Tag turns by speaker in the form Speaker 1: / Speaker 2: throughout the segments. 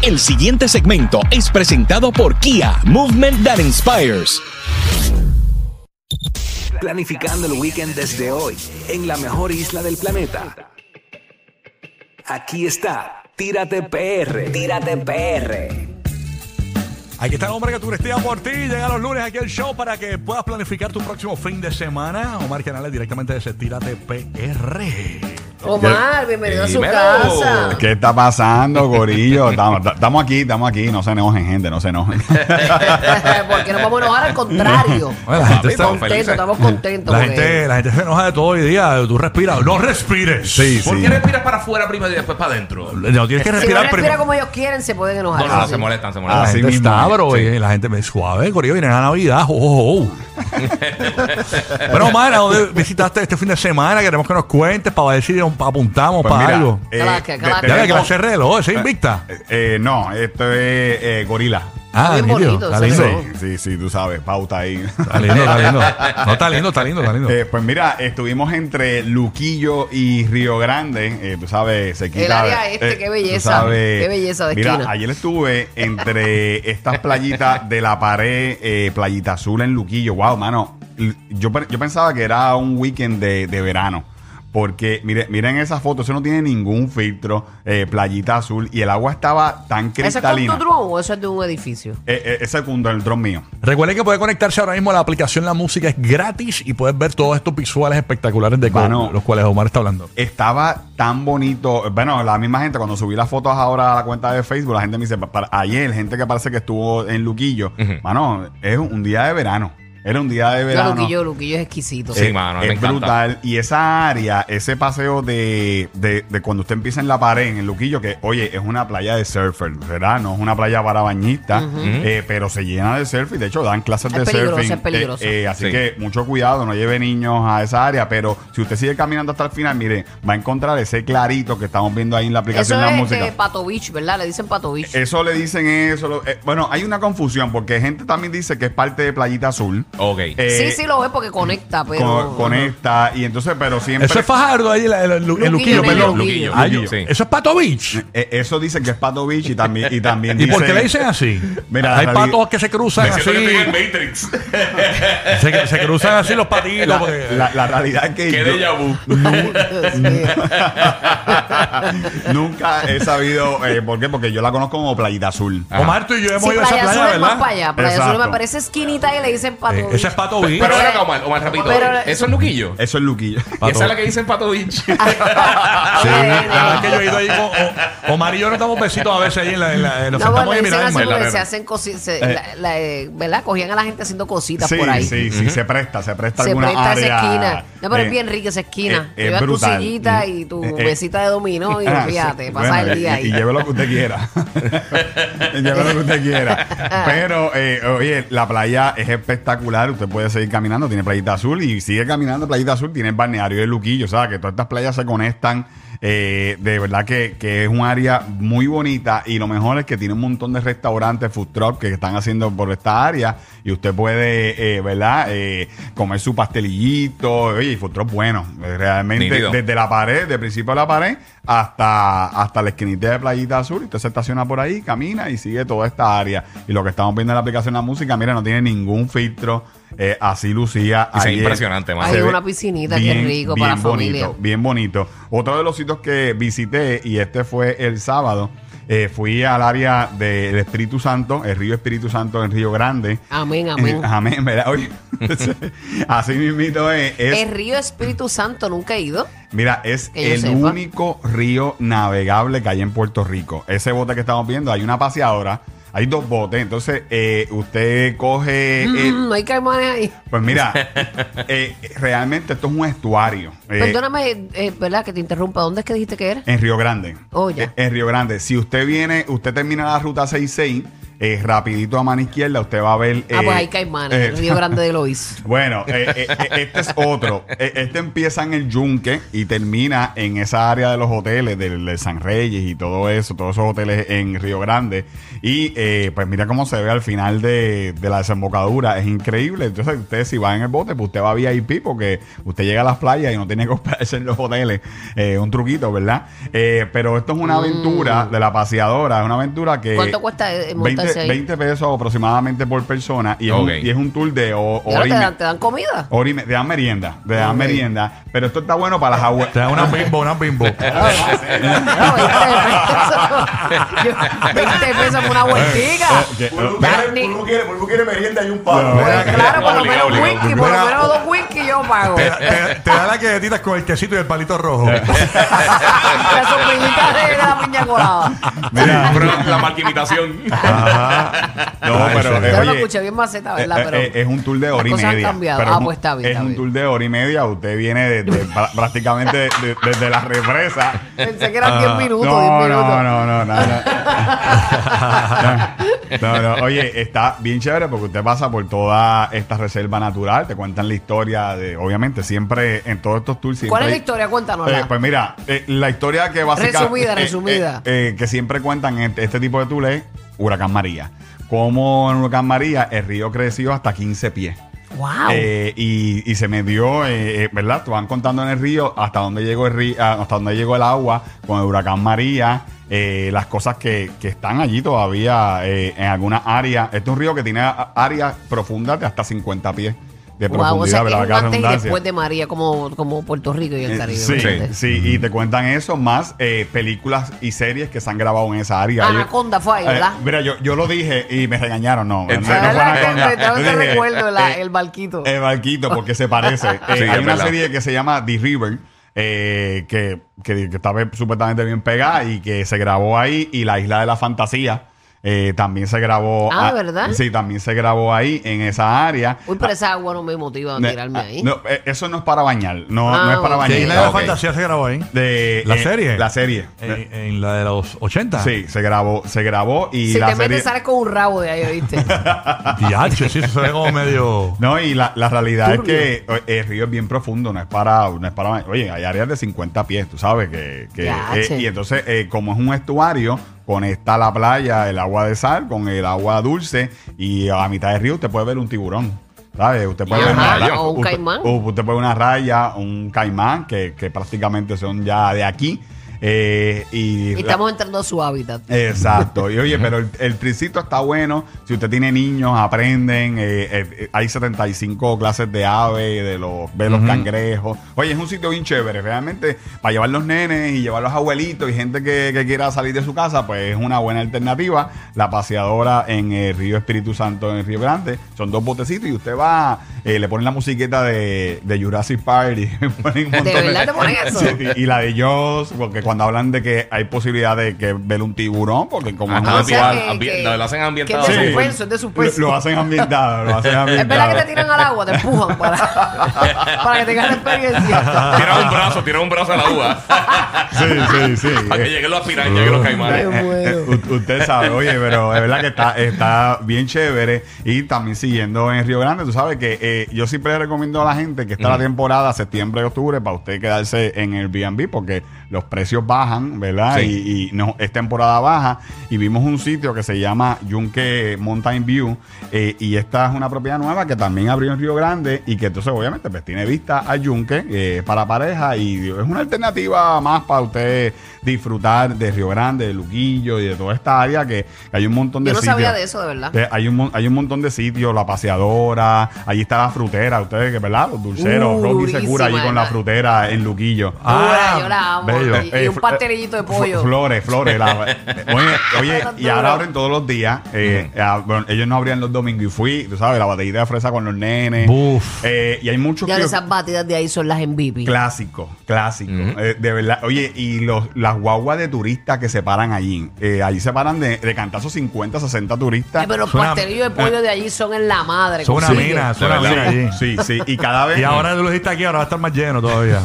Speaker 1: El siguiente segmento es presentado por Kia, Movement That Inspires.
Speaker 2: Planificando el weekend desde hoy, en la mejor isla del planeta. Aquí está, Tírate PR, Tírate PR.
Speaker 3: Aquí está el hombre que turistea por ti. Llega los lunes aquí el show para que puedas planificar tu próximo fin de semana. Omar Canales directamente desde Tírate PR.
Speaker 4: Omar, bienvenido a su
Speaker 5: Dímelo.
Speaker 4: casa.
Speaker 5: ¿Qué está pasando, Gorillo? Estamos, estamos aquí, estamos aquí. No se enojen, gente, no se enojen.
Speaker 4: Porque nos vamos a enojar al contrario.
Speaker 3: Bueno, la, gente está-
Speaker 5: estamos
Speaker 4: Contentos,
Speaker 5: felices.
Speaker 4: estamos contentos.
Speaker 3: la
Speaker 4: porque-
Speaker 3: gente, la gente se enoja de todo hoy día. Tú respiras. No respires.
Speaker 5: Sí,
Speaker 3: ¿Por
Speaker 5: sí.
Speaker 3: qué
Speaker 5: ¿Quién
Speaker 6: respiras para afuera primero y después para adentro?
Speaker 3: re- No tienes que
Speaker 4: Si no
Speaker 3: respirar
Speaker 4: respira
Speaker 3: primero.
Speaker 4: como ellos quieren, se pueden enojar.
Speaker 6: No, no, no,
Speaker 4: Sí.
Speaker 6: se molestan, se
Speaker 3: La
Speaker 6: molestan.
Speaker 5: Ah, Así
Speaker 3: gente
Speaker 5: mismo
Speaker 3: está,
Speaker 5: es,
Speaker 3: bro.
Speaker 5: sí.
Speaker 3: y La gente me suave, Corillo. Viene la Navidad. Jo, jo, jo. Bueno, Omar, ¿a dónde visitaste este fin de semana? Queremos que nos cuentes para ver si nos apuntamos
Speaker 5: Pues
Speaker 3: para
Speaker 5: mira,
Speaker 3: algo.
Speaker 5: eh,
Speaker 4: Calaca,
Speaker 5: te-
Speaker 4: calaca.
Speaker 3: Ya ves que va a
Speaker 5: tenemos-
Speaker 3: ser reloj, ¿es invicta?
Speaker 5: eh, no, esto es eh, Gorila.
Speaker 3: Ah,
Speaker 4: bien
Speaker 3: nítido,
Speaker 4: bonito,
Speaker 3: está
Speaker 4: ese
Speaker 3: lindo.
Speaker 4: reloj.
Speaker 5: Sí, sí, sí, tú sabes, pauta ahí.
Speaker 3: Está lindo, está lindo. No, está lindo, está lindo, está lindo.
Speaker 5: Eh, pues mira, estuvimos entre Luquillo y Río Grande, eh, tú sabes, se quita.
Speaker 4: área este, qué
Speaker 5: tú
Speaker 4: belleza, qué belleza de
Speaker 5: mira,
Speaker 4: esquina.
Speaker 5: ayer estuve entre estas playitas de la pared, eh, Playita Azul en Luquillo. Wow, mano, l- yo, pe- yo pensaba que era un weekend de, de verano. Porque mire, miren esas fotos, eso no tiene ningún filtro, eh, playita azul, y el agua estaba tan
Speaker 4: ¿Eso es con
Speaker 5: cristalina.
Speaker 4: tu drone o eso es de un edificio?
Speaker 5: Eh, eh, ese es con el dron mío.
Speaker 3: Recuerden que puede conectarse ahora mismo a la aplicación La Música, es gratis y puedes ver todos estos visuales espectaculares de cu-
Speaker 5: Mano.
Speaker 3: los cuales Omar está hablando.
Speaker 5: Estaba tan bonito. Bueno, la misma gente, cuando subí las fotos ahora a la cuenta de Facebook, la gente me dice, "Pa- para- ayer, gente que parece que estuvo en Luquillo. Mano, es un día de verano. Era un día de
Speaker 4: No,
Speaker 5: verano.
Speaker 4: Luquillo, Luquillo es exquisito.
Speaker 6: Sí. mano,
Speaker 5: Eh, es
Speaker 6: me encanta.
Speaker 5: brutal. Y esa área, ese paseo de, de- de cuando usted empieza en la pared, en el Luquillo, que oye, es una playa de surfer, ¿verdad? No es una playa para bañistas, eh, pero se llena de surfing. De hecho, dan clases
Speaker 4: Es
Speaker 5: de
Speaker 4: peligroso,
Speaker 5: surfing.
Speaker 4: es peligroso.
Speaker 5: Eh, eh, así
Speaker 6: Sí.
Speaker 5: que mucho cuidado, no lleve niños a esa área. Pero si usted sigue caminando hasta el final, mire, va a encontrar ese clarito que estamos viendo ahí en la aplicación
Speaker 4: Eso
Speaker 5: de la
Speaker 4: es
Speaker 5: música. Eh,
Speaker 4: este, Pato Beach, ¿verdad? Le dicen Pato Beach.
Speaker 5: Eso le dicen eso. lo- eh, bueno, hay una confusión porque gente también dice que es parte de Playita Azul.
Speaker 6: Ok.
Speaker 5: Eh,
Speaker 4: sí, sí lo ve porque conecta, pero...
Speaker 5: con, con esta y entonces pero siempre
Speaker 3: Eso es Fajardo ahí, el, el- el Luquillo,
Speaker 4: Luquillo,
Speaker 3: perdón.
Speaker 4: Luquillo.
Speaker 3: Ay,
Speaker 6: Luquillo, sí.
Speaker 3: Eso es Pato Beach.
Speaker 5: Eh, eso dicen que es Pato Beach y también y también
Speaker 3: ¿Y por qué
Speaker 5: dicen-
Speaker 3: le dicen así?
Speaker 5: Mira,
Speaker 3: hay
Speaker 5: la realidad-
Speaker 3: patos que se cruzan así.
Speaker 6: Matrix.
Speaker 3: Se, se cruzan así los patitos.
Speaker 5: la,
Speaker 3: porque-
Speaker 5: la- la realidad es que
Speaker 6: Qué
Speaker 5: yo
Speaker 6: déjà vu.
Speaker 4: Dios mío.
Speaker 5: nunca he sabido eh, por qué porque yo la conozco como Playita Azul
Speaker 4: Ah.
Speaker 3: Omar, tú y yo hemos
Speaker 4: Sí,
Speaker 3: ido a esa
Speaker 4: Playa
Speaker 3: playa,
Speaker 4: Azul es más
Speaker 3: ¿verdad?
Speaker 4: para allá. Playa Azul
Speaker 5: Exacto.
Speaker 4: me parece esquinita y le dicen Pato
Speaker 3: Eh,
Speaker 4: Beach.
Speaker 3: ese es Pato Beach.
Speaker 6: Pero ahora, Omar, Omar, rapidito.
Speaker 4: Pero-
Speaker 6: Eso es Luquillo.
Speaker 5: eso es Luquillo
Speaker 6: Y esa es la que dicen Pato Beach.
Speaker 3: Sí,
Speaker 4: Ay,
Speaker 3: la
Speaker 4: ay,
Speaker 3: verdad es
Speaker 4: ay.
Speaker 3: que yo he ido ahí con o- Omar y yo nos damos besitos a veces ahí en la. en la- nos
Speaker 4: No,
Speaker 3: sentamos
Speaker 4: bueno,
Speaker 3: ahí y
Speaker 4: dicen
Speaker 3: miramos.
Speaker 4: así
Speaker 6: en la
Speaker 4: porque se
Speaker 6: arena.
Speaker 4: hacen cositas,
Speaker 5: Eh.
Speaker 4: ¿verdad? Cogían a la gente haciendo cositas
Speaker 5: sí
Speaker 4: por ahí.
Speaker 5: sí sí se presta se presta
Speaker 4: Se
Speaker 5: alguna
Speaker 4: presta
Speaker 5: área
Speaker 4: esa esquina. No, pero
Speaker 5: eh,
Speaker 4: es bien rica esa esquina.
Speaker 5: eh, es
Speaker 4: Llevas tu
Speaker 5: brutal.
Speaker 4: sillita
Speaker 5: Mm.
Speaker 4: y tu
Speaker 5: Eh, eh.
Speaker 4: mesita de dominó y
Speaker 5: Ah, sí.
Speaker 4: fíjate,
Speaker 5: Bueno,
Speaker 4: pasar el
Speaker 5: y-
Speaker 4: día ahí.
Speaker 5: Y, lleve lo que usted quiera. Y lleve lo que usted
Speaker 4: Ah.
Speaker 5: quiera. Pero, eh, oye, la playa es espectacular. Usted puede seguir caminando, tiene Playita Azul y sigue caminando Playita Azul, tiene el balneario de Luquillo. O sea, que todas estas playas se conectan. Eh, de verdad que, que es un área muy bonita y lo mejor es que tiene un montón de restaurantes food truck que están haciendo por esta área y usted puede, eh, ¿verdad? Eh, comer su pastelillito, oye, y food truck bueno, eh, realmente
Speaker 6: Nítido.
Speaker 5: desde la pared, de principio de la pared hasta, hasta la esquinita de Playita Azul. Y Usted se estaciona por ahí, camina y sigue toda esta área. Y lo que estamos viendo en la aplicación de la música, mira, no tiene ningún filtro. Eh, así lucía.
Speaker 6: Y se ve
Speaker 5: ayer.
Speaker 6: impresionante, mano.
Speaker 4: Ay,
Speaker 5: Se ve
Speaker 4: una piscinita, qué rico para la familia.
Speaker 5: bonito, Bien bonito. Otro de los sitios que visité, y este fue el sábado, eh, fui al área del Espíritu Santo, el río Espíritu Santo en Río Grande.
Speaker 4: Amén, amén.
Speaker 5: Amén, ¿verdad? Oye, así mismito es. es-
Speaker 4: El río Espíritu Santo nunca he ido.
Speaker 5: Mira, es
Speaker 4: Que yo
Speaker 5: el
Speaker 4: sepa.
Speaker 5: único río navegable que hay en Puerto Rico. Ese bote que estamos viendo, hay una paseadora Hay dos botes, entonces eh, usted coge... eh,
Speaker 4: Mm, no hay caimanes ahí.
Speaker 5: pues mira, eh, realmente esto es un estuario. eh,
Speaker 4: Perdóname, eh, ¿verdad? Que te interrumpa. ¿Dónde es que dijiste que era?
Speaker 5: En Río Grande.
Speaker 4: Oh, ya.
Speaker 5: Eh, En Río Grande. Si usted viene, usted termina la ruta 66, eh, rapidito a mano izquierda, usted va a ver...
Speaker 4: ah, pues
Speaker 5: eh,
Speaker 4: hay caimanes.
Speaker 5: eh,
Speaker 4: en Río Grande de Lois.
Speaker 5: Bueno, eh, eh, eh, este es otro. Eh, Este empieza en el Yunque y termina en esa área de los hoteles del, del San Reyes y todo eso, todos esos hoteles en Río Grande. Y eh, pues mira cómo se ve al final de, de la desembocadura, es increíble. Entonces usted si va en el bote, pues usted va VIP porque usted llega a las playas y no tiene que hospedarse en los hoteles. Eh, un truquito, ¿verdad? Eh, pero esto es una aventura de la paseadora, es una aventura que...
Speaker 4: Mm. ¿Cuánto cuesta, eh, montarse
Speaker 5: 20,
Speaker 4: ahí?
Speaker 5: 20 pesos aproximadamente por persona y es,
Speaker 6: Ok.
Speaker 5: un, y es un tour de o-
Speaker 4: Ya
Speaker 5: hora
Speaker 4: te,
Speaker 5: y me-
Speaker 4: dan, te dan comida.
Speaker 5: Ori, te dan merienda, te dan merienda. Pero esto está bueno para las abuelas. Ah.
Speaker 3: Te da una bimbo, una bimbo.
Speaker 4: No, 20 pesos. Yo- 20 pesos por una vueltica.
Speaker 5: Eh, que-
Speaker 4: Ya, ni-
Speaker 7: merienda y un
Speaker 5: No, no,
Speaker 4: claro, por lo menos
Speaker 6: Obligado, obligado.
Speaker 4: whisky, por lo
Speaker 3: Mira.
Speaker 4: menos dos whisky yo pago.
Speaker 3: Te, te- te da las galletitas con el quesito y el palito rojo.
Speaker 5: Eh,
Speaker 4: Las sobrinitas de de la piña colada.
Speaker 5: Mira.
Speaker 6: Pero la- la marquimitación.
Speaker 5: Ajá. No,
Speaker 3: Ay,
Speaker 5: pero.
Speaker 3: sí.
Speaker 5: eh,
Speaker 4: Yo lo
Speaker 5: oye,
Speaker 4: escuché bien maceta, ¿verdad?
Speaker 5: eh,
Speaker 4: Pero
Speaker 5: eh, es un tour de
Speaker 4: las
Speaker 5: hora y
Speaker 4: cosas han
Speaker 5: media.
Speaker 4: cambiado.
Speaker 5: pero
Speaker 4: Ah,
Speaker 5: es un-
Speaker 4: pues está bien,
Speaker 5: Es
Speaker 4: está
Speaker 5: un
Speaker 4: bien.
Speaker 5: tour de hora y media. Usted viene de- de- pra- prácticamente de- de- desde la represa.
Speaker 4: pensé que eran 10 minutos, 10
Speaker 5: Ah, No, no,
Speaker 4: minutos.
Speaker 5: no, no, no, no. No, no, Oye, está bien chévere porque usted pasa por toda esta reserva natural, te cuentan la historia de, obviamente, siempre en todos estos tours. Siempre
Speaker 4: ¿Cuál es la
Speaker 5: hay-
Speaker 4: historia? Cuéntanosla.
Speaker 5: Eh, pues mira, eh, la historia que básicamente. eh,
Speaker 4: Resumida, resumida.
Speaker 5: que siempre cuentan en este tipo de tours es Huracán María. Como en Huracán María el río creció hasta 15 pies.
Speaker 4: wow.
Speaker 5: Eh, y, y se me dio, eh, eh, ¿verdad? Te van contando en el río hasta dónde llegó el río, hasta dónde llegó el agua con el huracán María, eh, las cosas que, que están allí todavía eh, en algunas áreas. Este es un río que tiene a- áreas profundas de hasta 50 pies de
Speaker 4: Wow, o sea,
Speaker 5: profundidad,
Speaker 4: que es un
Speaker 5: ¿verdad? Valga la
Speaker 4: antes y
Speaker 5: redundancia.
Speaker 4: después de María, como, como Puerto Rico y el
Speaker 5: Eh,
Speaker 4: Caribe.
Speaker 5: sí,
Speaker 4: ¿entiendes?
Speaker 5: sí, y te cuentan eso, más eh, películas y series que se han grabado en esa área.
Speaker 4: Anaconda fue ahí, ¿verdad?
Speaker 5: Eh, mira, yo, yo lo dije y me regañaron, no. no,
Speaker 6: ¿En
Speaker 5: no
Speaker 6: serio?
Speaker 5: fue
Speaker 4: La verdad que
Speaker 5: Anaconda.
Speaker 4: te- te- te
Speaker 5: Yo dije,
Speaker 4: recuerdo la-
Speaker 5: eh,
Speaker 4: el barquito.
Speaker 5: el barquito, porque se parece. Eh,
Speaker 6: Sí, es
Speaker 5: hay una
Speaker 6: verdad.
Speaker 5: serie que se llama The River, eh, que, que, que está be- supuestamente bien pegada y que se grabó ahí, y La Isla de la Fantasía. eh, también se grabó.
Speaker 4: Ah, ¿verdad?
Speaker 5: Sí, también se grabó ahí, en esa área.
Speaker 4: Uy, pero esa agua no me motiva a
Speaker 5: Ne-
Speaker 4: tirarme
Speaker 5: ah,
Speaker 4: ahí.
Speaker 5: no, eh, eso no es para bañar. No,
Speaker 4: Ah,
Speaker 5: no es para
Speaker 4: ok.
Speaker 3: ¿Qué
Speaker 5: bañar.
Speaker 3: isla de la
Speaker 6: Ok.
Speaker 3: fantasía se grabó ahí?
Speaker 5: De,
Speaker 3: ¿La
Speaker 5: eh,
Speaker 3: serie? Ah.
Speaker 5: La serie.
Speaker 3: En, en la de los 80.
Speaker 5: Sí, se grabó, se grabó y
Speaker 4: si
Speaker 5: la
Speaker 4: te
Speaker 5: serie.
Speaker 4: metes, sales con un rabo de ahí, ¿oíste?
Speaker 3: Diache, Ah, sí, eso se ve como medio.
Speaker 5: No, y la, la realidad
Speaker 4: Turbio.
Speaker 5: es que eh, el río es bien profundo, no es para, no es para oye, hay áreas de 50 pies, tú sabes que, que-
Speaker 4: Ya,
Speaker 5: eh,
Speaker 4: che.
Speaker 5: y entonces eh, como es un estuario conecta la playa, el agua de sal con el agua dulce y a mitad del río usted puede ver un tiburón. ¿Sabes? Usted puede ver
Speaker 6: Ajá,
Speaker 5: una raya,
Speaker 4: o un
Speaker 5: usted-
Speaker 4: caimán.
Speaker 5: u- usted puede ver una raya, un caimán, que, que prácticamente son ya de aquí. eh, y
Speaker 4: y
Speaker 5: la-
Speaker 4: estamos entrando a su hábitat.
Speaker 5: Exacto. Y oye, pero el, el tricito está bueno. Si usted tiene niños, aprenden. eh, eh, eh, hay 75 clases de ave, de los, de los cangrejos. Oye, es un sitio bien chévere. Realmente, para llevar los nenes y llevar los abuelitos y gente que, que quiera salir de su casa, pues es una buena alternativa. La paseadora en el Río Espíritu Santo, en el Río Grande. Son dos botecitos y usted va, eh, le ponen la musiqueta de, de Jurassic Park y ponen un montón
Speaker 4: verdad te ponen eso?
Speaker 5: Sí, y la de Jaws, porque cuando hablan de que hay posibilidad de que ver un tiburón, porque como es
Speaker 6: Ajá,
Speaker 5: un
Speaker 6: o sea,
Speaker 5: ritual,
Speaker 6: que- ambi- lo- lo hacen ambientado.
Speaker 4: Que es de
Speaker 6: Sí.
Speaker 4: suspenso, es de suspenso.
Speaker 5: Lo, lo hacen ambientado, lo hacen ambientado.
Speaker 4: es verdad que te tiran al agua, te empujan para, para que tengas la experiencia.
Speaker 6: Tira un brazo, tira un brazo a la uva.
Speaker 5: Sí, sí, sí.
Speaker 6: Para que
Speaker 5: Eh,
Speaker 6: lleguen los pirañas y los
Speaker 4: Ay,
Speaker 6: caimanes.
Speaker 5: eh,
Speaker 4: bueno.
Speaker 5: u- usted sabe, oye, pero es verdad que está, está bien chévere. Y también siguiendo en Río Grande, tú sabes que eh, yo siempre le recomiendo a la gente que está la temporada, septiembre y octubre, para usted quedarse en el BB, porque los precios bajan, ¿verdad?
Speaker 6: Sí.
Speaker 5: Y, y no, es temporada baja. Y vimos un sitio que se llama Yunque Mountain View. eh, y esta es una propiedad nueva que también abrió en Río Grande y que entonces, obviamente, pues tiene vista a Yunque eh, para pareja. Y es una alternativa más para usted disfrutar de Río Grande, de Luquillo y de toda esta área que, que hay un montón de
Speaker 4: Yo no
Speaker 5: sitios.
Speaker 4: sabía de eso, de verdad.
Speaker 5: Eh, hay, un, mon- hay un montón de sitios, la paseadora, allí está la frutera, ustedes que, ¿verdad? Los dulceros,
Speaker 4: Uh,
Speaker 5: Rocky se cura
Speaker 4: durísima,
Speaker 5: allí con la
Speaker 4: hermano. Ah,
Speaker 5: frutera en Luquillo.
Speaker 4: Dura, yo la amo.
Speaker 3: bello.
Speaker 4: Y, y
Speaker 5: Ah, Eh,
Speaker 4: un
Speaker 5: fl-
Speaker 4: pastelillito de
Speaker 5: fl-
Speaker 4: pollo.
Speaker 5: Flores, flores. la- oye, oye, y ahora abren todos los días. eh, ah, bueno, ellos no abrían los domingos y fui, tú sabes, la batallita de fresa con los nenes.
Speaker 3: Buf.
Speaker 5: Eh, y hay muchos
Speaker 4: Ya
Speaker 5: que-
Speaker 4: esas batidas de ahí son las en bibi.
Speaker 5: Clásico, clásico. Eh, de verdad. Oye, y los, las guaguas de turistas que se paran allí. Eh, allí se paran de, de cantazo 50, 60 turistas.
Speaker 4: Eh, pero los
Speaker 3: Suena-
Speaker 4: pastelillos de pollo de allí son en la madre.
Speaker 3: Son una
Speaker 4: consigue.
Speaker 3: mina,
Speaker 6: de
Speaker 3: son una mina
Speaker 6: verdad.
Speaker 3: allí.
Speaker 5: Sí, sí. Y cada vez.
Speaker 3: Y ahora lo dijiste aquí, ahora va a estar más lleno todavía.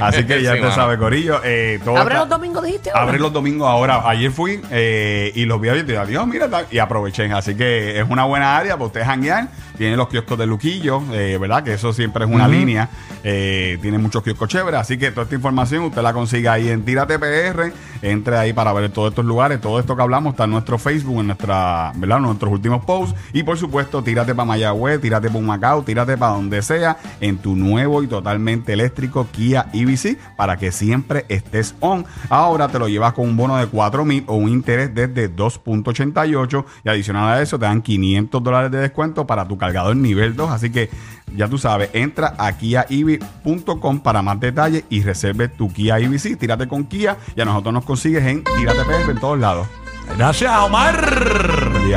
Speaker 5: Así que ya
Speaker 6: Sí,
Speaker 5: te
Speaker 6: mano.
Speaker 5: sabes, Corillo. Eh, todo
Speaker 4: ¿Abre
Speaker 5: está-
Speaker 4: los domingos, dijiste? ahora?
Speaker 5: Abre los domingos ahora. Ayer fui eh, y los vi y dije, Dios, mira, tal", y aproveché. Así que es una buena área para ustedes hanguear. Tienen los kioscos de Luquillo, eh, ¿verdad? Que eso siempre es una línea. Eh, tiene muchos kioscos chéveres. Así que toda esta información usted la consiga ahí en Tírate PR. Entre ahí para ver todos estos lugares. Todo esto que hablamos está en nuestro Facebook, en nuestra, ¿verdad? En nuestros últimos posts. Y por supuesto, tírate para Mayagüez, tírate para Macao, tírate para donde sea en tu nuevo y totalmente eléctrico Kia EV para que siempre estés on. Ahora te lo llevas con un bono de 4 mil o un interés desde 2.88 y adicional a eso te dan 500 dólares de descuento para tu cargador nivel 2. Así que ya tú sabes, entra a kiaev.com para más detalles y reserve tu Kia EV. Tírate con Kia y a nosotros nos consigues en Tírate PR en todos lados.
Speaker 3: Gracias, Omar.
Speaker 5: Buen día.